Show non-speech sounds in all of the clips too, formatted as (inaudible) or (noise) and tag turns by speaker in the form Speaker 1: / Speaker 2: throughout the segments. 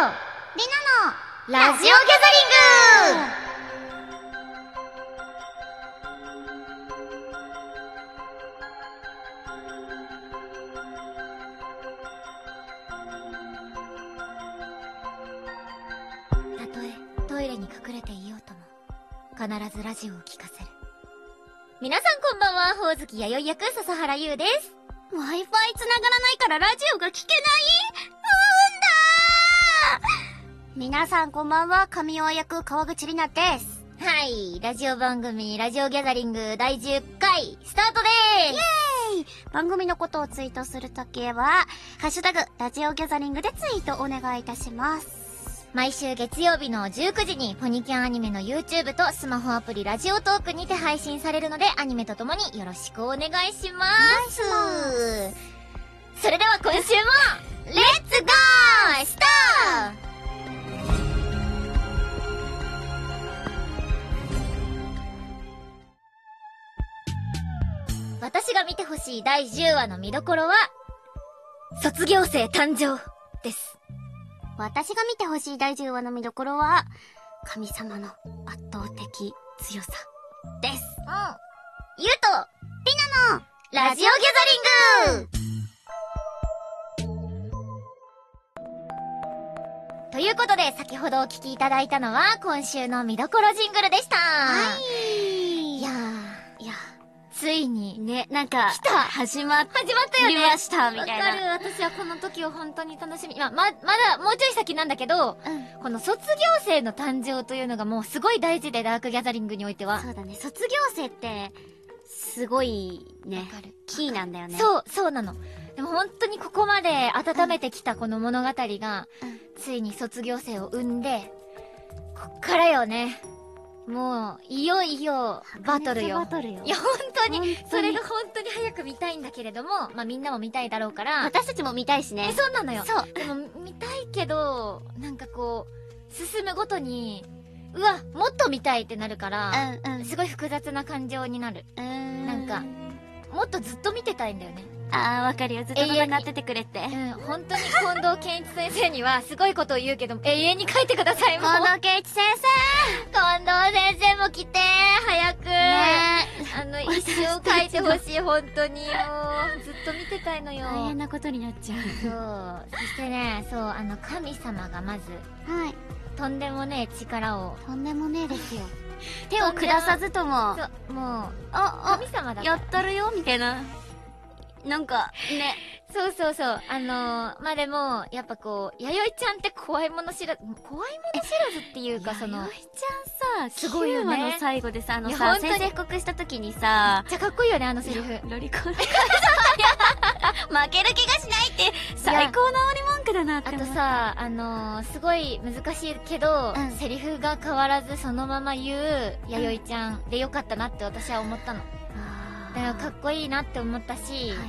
Speaker 1: リナのラジオギャザリングたとえトイレに隠れていようとも必ずラジオを聞かせる皆さんこんばんはほおずきやよい役笹原優です w i f i つながらないからラジオが聞けないうんだ皆さんこんばんは神尾役川口里奈ですはいラジオ番組「ラジオギャザリング」第10回スタートですイエーイ番組のことをツイートするときは「ハッシュタグラジオギャザリング」でツイートお願いいたします毎週月曜日の19時にポニキャンアニメの YouTube とスマホアプリラジオトークにて配信されるのでアニメとともによろしくお願いします。それでは今週もレッツゴースター私が見てほしい第10話の見どころは卒業生誕生です。私が見てほしい第10話の見どころは、神様の圧倒的強さです。うん。ゆうと、りなの、ラジオギャザリングということで、先ほどお聞きいただいたのは、今週の見どころジングルでした。はい。いやー、いや、ついに、ね、なんか、来た始まっ始まったよね。
Speaker 2: 見ましたみたいな
Speaker 1: わかる。私はこの時を本当に楽しみ。まあ、ま、まだ、もうちょい先なんだけど、この卒業生の誕生というのがもうすごい大事で、ダークギャザリングにおいては。
Speaker 2: そうだね卒業生ってすごいね
Speaker 1: わかる
Speaker 2: キーなんだよね
Speaker 1: そう、そうなの。でも本当にここまで温めてきたこの物語が、
Speaker 2: うん
Speaker 1: ついに卒業生を生んで、こっからよね。もう、いよいよ、バトルよ。
Speaker 2: バトルよ
Speaker 1: いや、本当に、
Speaker 2: 本
Speaker 1: そ
Speaker 2: 当に
Speaker 1: れが本当に早く見たいんだけれども、まあみんなも見たいだろうから、
Speaker 2: 私たちも見たいし
Speaker 1: え
Speaker 2: ね
Speaker 1: そうなのよ。
Speaker 2: そう
Speaker 1: でも見たいけど、なんかこう、進むごとに、うわ、もっと見たいってなるから、
Speaker 2: ん
Speaker 1: すごい複雑な感情になる。
Speaker 2: うん
Speaker 1: なんかもっとずっと見てたいんだよね。
Speaker 2: あーわかるよずっと戦っててくれって
Speaker 1: うん、本当に近藤健一先生にはすごいことを言うけど、永 (laughs) 遠に書いてください、もう。
Speaker 2: 近藤圭一先
Speaker 1: 近藤先生も来て、早く。
Speaker 2: 生
Speaker 1: あの、一生書いてほしい、本当に。もう、ずっと見てたいのよ。
Speaker 2: 大変なことになっちゃう
Speaker 1: そう。そしてね、そう、あの、神様がまず、
Speaker 2: はい
Speaker 1: とんでもねえ力を。
Speaker 2: とんでもねえです
Speaker 1: (laughs)
Speaker 2: よ手を下さずとも
Speaker 1: そう、もう、
Speaker 2: あ
Speaker 1: 神様だ
Speaker 2: あ
Speaker 1: か
Speaker 2: や
Speaker 1: ら
Speaker 2: っ。とるよみたいななんかね
Speaker 1: そうそうそう。あのーまあ、でも、やっぱこう、弥生ちゃんって怖いもの知らず、怖いもの知らずっていうか、その、め
Speaker 2: 弥
Speaker 1: っ
Speaker 2: 生ちゃんさ
Speaker 1: すごいよね
Speaker 2: 9話の最後でさあの
Speaker 1: いや
Speaker 2: さ
Speaker 1: 本当に
Speaker 2: 先生告した時にさ
Speaker 1: ちゃかっこいいよね、あのセリフ。
Speaker 2: ロリコン (laughs) 負ける気がしないって最高のオリ文句だなって
Speaker 1: あ
Speaker 2: 思
Speaker 1: と
Speaker 2: う
Speaker 1: さ、あのーすごい難しいけど、
Speaker 2: うん
Speaker 1: セリフが変わらずそのまま言う、弥生ちゃんでよかったなって私は思ったの。
Speaker 2: あ
Speaker 1: だ
Speaker 2: ー
Speaker 1: からかっこいいなって思ったし、
Speaker 2: はいはいはいはい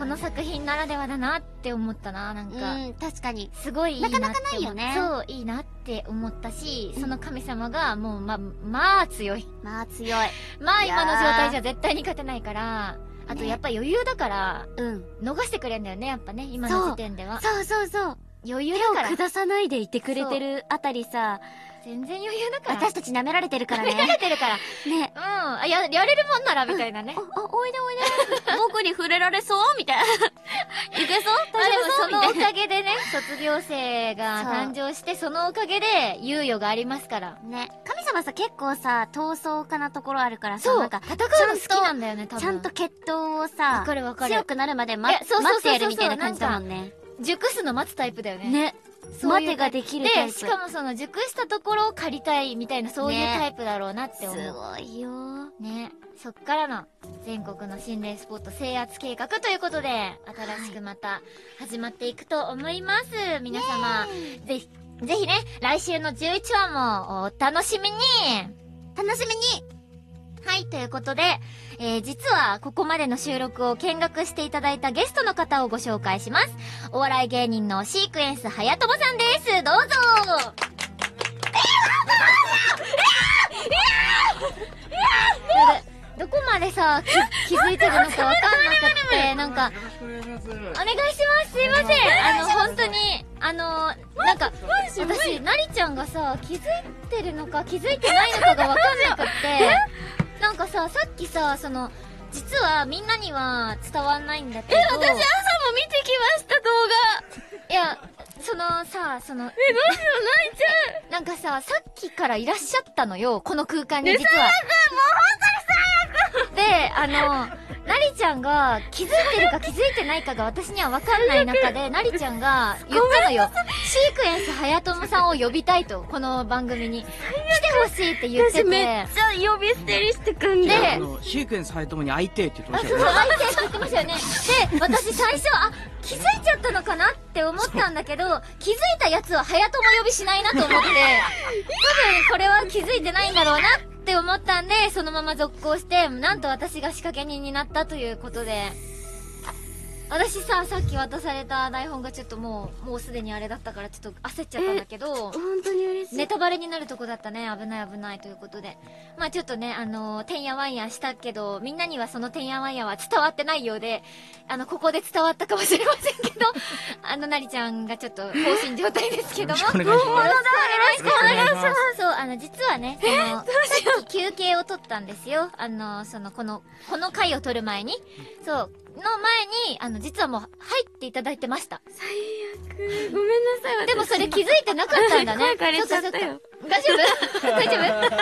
Speaker 1: この作品ならではだなって思ったな、なんか。
Speaker 2: うん確かに
Speaker 1: すごいいいなって思っ
Speaker 2: なかなかないよね
Speaker 1: そう、いいなって思ったし、
Speaker 2: うん
Speaker 1: その神様がもうま、まあ強い。
Speaker 2: まあ強い
Speaker 1: まあ
Speaker 2: いや
Speaker 1: 今
Speaker 2: ー
Speaker 1: の状態じゃ絶対に勝てないから、あと
Speaker 2: ね
Speaker 1: やっぱ余裕だから、
Speaker 2: うん
Speaker 1: 逃してくれんだよね、やっぱね、今
Speaker 2: そう
Speaker 1: の時点では。
Speaker 2: そうそうそう
Speaker 1: 余
Speaker 2: 手
Speaker 1: 裕だから
Speaker 2: を。下さないでいてくれてるあたりさ
Speaker 1: 全然余裕だから。
Speaker 2: 私たち舐められてるから
Speaker 1: 舐め (laughs) ら
Speaker 2: ね
Speaker 1: れてるから。
Speaker 2: ね
Speaker 1: うん。あや、やれるもんなら、みたいなね。
Speaker 2: おおおいでおいで僕に触れられそうみたいな (laughs) 行けそう
Speaker 1: まあ
Speaker 2: 大丈夫そう
Speaker 1: で
Speaker 2: み
Speaker 1: も
Speaker 2: た
Speaker 1: その
Speaker 2: い
Speaker 1: おかげでね、卒業生が誕生して、そのおかげで猶予がありますから。
Speaker 2: なね神様さ結構さ闘争家なところあるからさ
Speaker 1: そう、
Speaker 2: なん
Speaker 1: 戦
Speaker 2: か
Speaker 1: うの好きなんだよね、多分。
Speaker 2: ちゃんと決闘を
Speaker 1: わ
Speaker 2: さ
Speaker 1: かるわかる
Speaker 2: 強。くなるまでま
Speaker 1: いやそうそうそう
Speaker 2: 待
Speaker 1: そう
Speaker 2: ってやるみたいな感じだもんね。
Speaker 1: 熟すの待つタイプだよね。
Speaker 2: ね。
Speaker 1: そう
Speaker 2: 待
Speaker 1: い
Speaker 2: て
Speaker 1: うタ
Speaker 2: が
Speaker 1: イプ
Speaker 2: できるタイ
Speaker 1: で、
Speaker 2: プ。
Speaker 1: しかもその熟したところを借りたいみたいな、そういう
Speaker 2: ね
Speaker 1: タイプだろうなって
Speaker 2: す
Speaker 1: 思う。
Speaker 2: ごいよ。
Speaker 1: ね、そっからの全国の心霊スポット制圧計画ということで、新しくまた始まっていくと思います。皆様、ぜひ、ぜひね、来週の11話もお楽しみに楽しみにはい、ということで、えー、実はここまでの収録を見学していただいたゲストの方をご紹介します。お笑い芸人のシークエンスはやともさんです。どうぞどこまでさ、き気づいてるのかわかん
Speaker 3: (laughs)
Speaker 1: なくって、なんか、
Speaker 3: よろしくお願いします。
Speaker 1: お願いします。すいません。あの、本当に、あのー、なんか、私、なりちゃんがさ、気づいてるのか気づいてないのかがわかんなくって、なんかさ、さっきさ、その、実はみんなには伝わんないんだけど、
Speaker 2: 私朝も見てきました動画
Speaker 1: いや、そのさ、その、
Speaker 2: えどうしよう泣いちゃう
Speaker 1: なんかさ、さっきからいらっしゃったのよ、この空間に実は。で、あの、なりちゃんが気づいてるか気づいてないかが私には分かんない中で、なりちゃんが言ったのよ。シークエンス早友さんを呼びたいと、この番組に。来てほしいって言っ
Speaker 2: 私
Speaker 1: てて。
Speaker 2: めっちゃ呼び捨てにしてくん
Speaker 1: で
Speaker 2: だ
Speaker 3: あのシークエンス早友に会いてえって言って
Speaker 1: あ、
Speaker 3: まし
Speaker 1: そ
Speaker 3: た
Speaker 1: う、
Speaker 3: よね
Speaker 1: 相手って言ってましたよね。で、私最初、あ、気づいちゃったのかなって思ったんだけど、気づいたやつは早友呼びしないなと思って、多分これは気づいてないんだろうなって思ったんで、そのまま続行して、なんと私が仕掛け人になったということで、私さ、さっき渡された台本がちょっともう、もうすでにあれだったからちょっと焦っちゃったんだけど、
Speaker 2: 本当に嬉しい
Speaker 1: ネタバレになるとこだったね。危ない危ないということで。まあちょっとね、あのー、てんやわんやしたけど、みんなにはそのてんやわんやは伝わってないようで、あの、ここで伝わったかもしれませんけど、 (laughs) あの、なりちゃんがちょっと放心状態です
Speaker 3: (laughs)
Speaker 1: けども。
Speaker 3: よろしくお願いします
Speaker 1: よろしくお願いし
Speaker 3: よろしくお願いし
Speaker 1: ま。
Speaker 3: ます
Speaker 1: そう、あの、実はね、その、さっき休憩を取ったんですよ。あの、その、この、この回を取る前に。そう、の前に、あの、実はもう入っていただいてました。
Speaker 2: 最悪ごめんなさい私
Speaker 1: でもそれ気づいてなかったんだ
Speaker 3: (laughs)
Speaker 1: ね。
Speaker 2: 声枯れちゃったよ
Speaker 1: そっかそっか大丈夫 (laughs) 大丈夫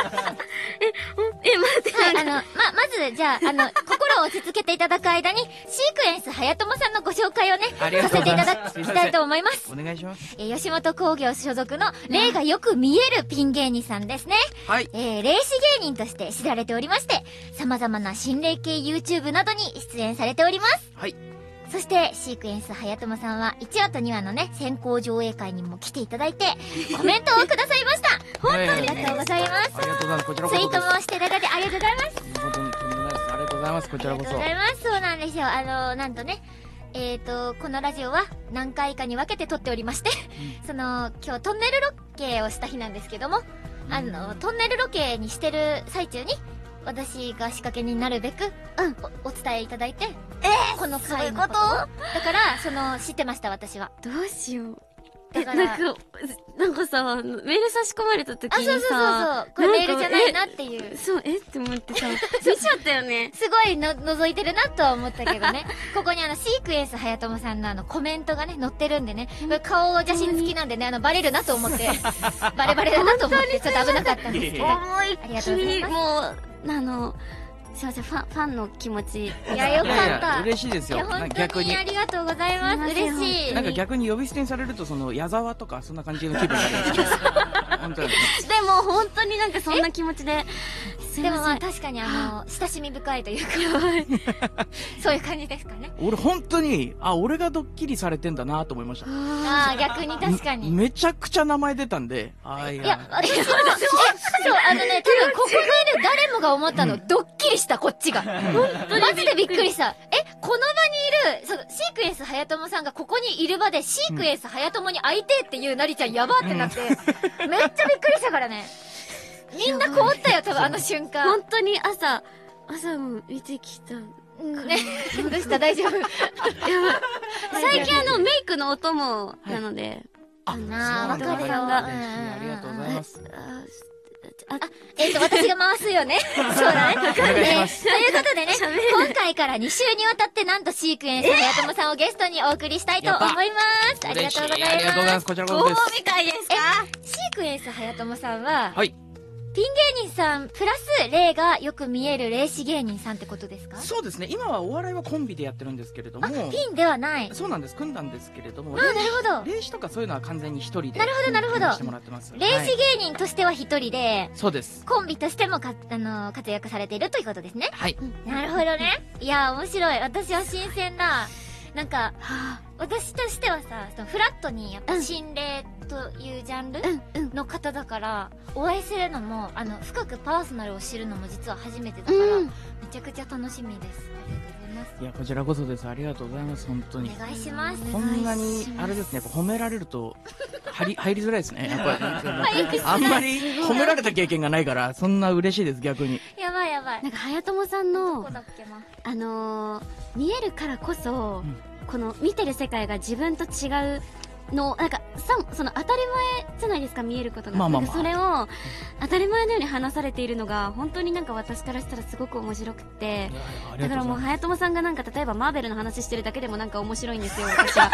Speaker 2: え待って、
Speaker 1: はい、あの、ま、まず、じゃあ、あ
Speaker 3: (laughs)
Speaker 1: の、心を落ち着けていただく間に、シークエンス早友さんのご紹介をね、
Speaker 3: ありが
Speaker 1: さ
Speaker 3: と
Speaker 1: せ
Speaker 3: うご
Speaker 1: てい
Speaker 3: ざいま
Speaker 1: た
Speaker 3: す
Speaker 1: だきたいと思います。
Speaker 3: お願いします
Speaker 1: えー吉本興業所属の、霊がよく見えるピン芸人さんですね。
Speaker 3: はい
Speaker 1: えー、霊視芸人として知られておりまして、様々な心霊系 YouTube などに出演されております。
Speaker 3: はい
Speaker 1: そして、シークエンス早友さんは、1話と2話のね、先行上映会にも来ていただいて、コメントをくださいました。
Speaker 3: 本当に
Speaker 1: ありがとうございます。
Speaker 3: ありがとうございますこちらこ
Speaker 1: ツイ
Speaker 3: そ
Speaker 1: ー
Speaker 3: です
Speaker 1: トもしていただいてありがとうございます。
Speaker 3: 本当にとんでもないですありがとうございますこち
Speaker 1: あ
Speaker 3: ら
Speaker 1: り
Speaker 3: こ
Speaker 1: がと
Speaker 3: そう
Speaker 1: ございます。そうなんですよ。あの、なんとね、えっ、と、このラジオは何回かに分けて撮っておりまして、その、今日トンネルロケをした日なんですけども、あの、トンネルロケにしてる最中に、私が仕掛けになるべく、うん、おお伝えいただいて、この回のことをだから、その、知ってました、私は。
Speaker 2: どうしようえ
Speaker 1: だから
Speaker 2: なんかなんかさメール差し込まれた時
Speaker 1: あ、そう
Speaker 2: にさ
Speaker 1: そうそうそう。これメールじゃないな
Speaker 2: て
Speaker 1: っていう。
Speaker 2: そうえって思ってさ (laughs) 見ちゃったよ (laughs) ね
Speaker 1: すごいの、覗いてるなとは思ったけど
Speaker 3: (laughs)
Speaker 1: ね。ここにあの、シークエンス早友さんのあの、コメントがね、載ってるんでね。これ顔写真付きなんでね、あの、バレるなと思
Speaker 3: (laughs)
Speaker 1: って、バレバレだなと思って、ちょっと危なかったんですけど。
Speaker 3: はい
Speaker 2: 思いっ
Speaker 1: ありがと
Speaker 2: き
Speaker 1: うござい
Speaker 2: り
Speaker 1: ます
Speaker 2: もうあのすいませんファンファンの気持ちい
Speaker 1: いや、よか
Speaker 3: いやい
Speaker 1: った。
Speaker 3: や嬉しいです
Speaker 1: い
Speaker 3: よ
Speaker 1: や、
Speaker 3: なん
Speaker 1: 本
Speaker 3: か
Speaker 1: 当
Speaker 3: 逆に
Speaker 1: にありがとうございます。
Speaker 2: すいません
Speaker 1: 嬉しい。
Speaker 3: なん
Speaker 1: で
Speaker 3: か逆に呼び捨てにされるとその矢沢とかそんな感じの気分になるんですよ
Speaker 1: (laughs)
Speaker 3: 本当に
Speaker 2: も本当になんかそんな気持ちですいま
Speaker 1: もま
Speaker 2: せ
Speaker 1: あ、
Speaker 2: ん
Speaker 1: 確かにあの、親しみ深いという
Speaker 3: (laughs)
Speaker 1: か、そういう感じですかね。
Speaker 3: 俺本当にあ俺がドッキリされてんだなと思いました
Speaker 2: あ
Speaker 1: ああ、逆に確かに。
Speaker 3: めめちゃくちゃ名前出たんであい
Speaker 1: いや
Speaker 3: や、
Speaker 1: 私そう、あのね、多分ここまで誰もが思ったの、ドッキリした、こっちが。マジでびっくりした。え、この場にいる、その、シークエンス早友さんがここにいる場で、シークエンス早友に会いてえっていうなりちゃんやばってなって、めっちゃびっくりしたからね。みんな凍ったよ、多分あの瞬
Speaker 2: ー
Speaker 1: 間
Speaker 2: 本。当に朝朝も見てきた
Speaker 1: ね、どうした大丈 (laughs) 夫。
Speaker 2: 最近あのメイクのお供なので、
Speaker 3: あ
Speaker 1: なあ
Speaker 3: そうな
Speaker 1: わ
Speaker 3: んだ
Speaker 1: かるよ
Speaker 3: いやいや
Speaker 1: うん
Speaker 3: ありがとうございます
Speaker 2: あああ
Speaker 1: えっ、と、私が回すよ (laughs) ね。そうだね。
Speaker 3: お願いしま
Speaker 1: えーということでね、今回から2週にわたって、なんとシークエンス早友さんをゲストにお送りしたいと思います。ありがとうございます。
Speaker 3: ありがとうございますこちらこ
Speaker 2: ご褒
Speaker 3: そです
Speaker 2: 美会ですか
Speaker 1: シークエンス早友さんは、
Speaker 3: はい
Speaker 1: ピン芸人さん、プラス、霊がよく見える霊視芸人さんってことですか
Speaker 3: そうですね今はお笑いはコンビでやってるんですけれども
Speaker 1: あ、ピンではない。
Speaker 3: そうなんです組んだんですけれども
Speaker 1: あ、なるほど。
Speaker 3: 霊視とかそういうのは完全に一人で
Speaker 1: なるほどなるほど
Speaker 3: やらせてもらってます
Speaker 1: 霊
Speaker 3: はい
Speaker 1: 視芸人としては一人で、
Speaker 3: そうです
Speaker 1: コンビとしてもか、あの、活躍されているということですね。
Speaker 3: はい
Speaker 1: なるほどね。いや、面白い。私は新鮮だ。なんか、
Speaker 2: は
Speaker 1: 私としてはさ、そのフラットに、やっぱ心霊というジャンル
Speaker 2: あうんうん
Speaker 1: の方だから、お会いするのも、あの、深くパーソナルを知るのも実は初めてだから、
Speaker 2: う
Speaker 1: め
Speaker 2: ん
Speaker 1: ちゃくちゃ楽しみです。ありがとうございます。
Speaker 3: いやこちらこそですありがとうございます本当に
Speaker 1: お願いします。
Speaker 3: こんなに
Speaker 2: お願いします
Speaker 3: あれですねやっぱ褒められると入り (laughs) 入りづらいですねやっぱ
Speaker 1: 早くし
Speaker 3: りあんまり褒められた経験がないからそんな嬉しいです逆に
Speaker 1: やばいやばい。
Speaker 2: なんか早友さん
Speaker 1: ど
Speaker 2: の
Speaker 1: こだっけな。
Speaker 2: あのー見えるからこそ、
Speaker 3: うん
Speaker 2: この見てる世界が自分と違うの、なんか、さ、その当たり前じゃないですか、見えることが。
Speaker 3: まあまあまあ
Speaker 2: なんかそれを、当たり前のように話されているのが、本当になんか私からしたらすごく面白くって。だからもう、早友さんがなんか、例えばマーベルの話してるだけでもなんか面白いんですよ、
Speaker 3: (laughs)
Speaker 2: 私は。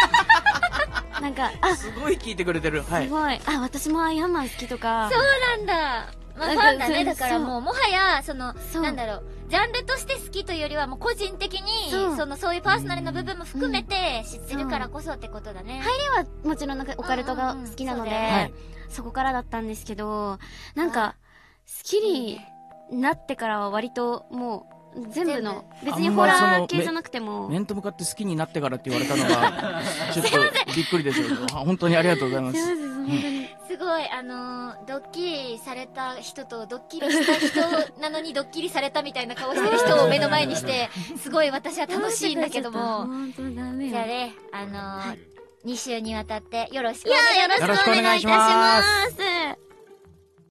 Speaker 2: なんか、あ、
Speaker 3: すごい聞いてくれてる。は
Speaker 2: す
Speaker 3: い。
Speaker 2: ごい。あ、私もアイアンマン好きとか。
Speaker 1: そうなんだ。ま
Speaker 2: な
Speaker 1: あ、フ
Speaker 2: んか
Speaker 1: ァンだね。
Speaker 2: そう
Speaker 1: だからもう、もはや、その、
Speaker 2: そう
Speaker 1: なんだろう、ジャンルとして好きというよりは、もう個人的に、
Speaker 2: そう
Speaker 1: その、そういうパーソナルな部分も含めて知ってるからこそってことだね。はい。
Speaker 2: はもちろんなんかオカルトが好きなので、
Speaker 1: うんうんうんそうだよ
Speaker 3: ね
Speaker 2: そこからだったんですけど、なんか、好きになってからは割ともう全部の、別にホ
Speaker 3: あんまそ
Speaker 2: ラー
Speaker 3: の
Speaker 2: 系じゃなくても、
Speaker 3: 面と向かって好きになってからって言われたのが、ちょっとびっくりですよ。あ本当にありがとうございます
Speaker 2: いま
Speaker 3: す。
Speaker 2: せん、本当に。
Speaker 1: すごい、あのードッキリされた人と、ドッキリした人なのにドッキリされたみたいな顔してる人を目の前
Speaker 2: (laughs)
Speaker 1: にして、すごい私は楽しいんだけども。
Speaker 2: 本当ダメよ
Speaker 1: じゃあね、あのー、2週にわたってよろしく
Speaker 2: い
Speaker 1: お
Speaker 2: や
Speaker 1: 願いします。
Speaker 2: よろしくお願いいたし
Speaker 3: よろしくお願いし
Speaker 2: ま。
Speaker 3: ます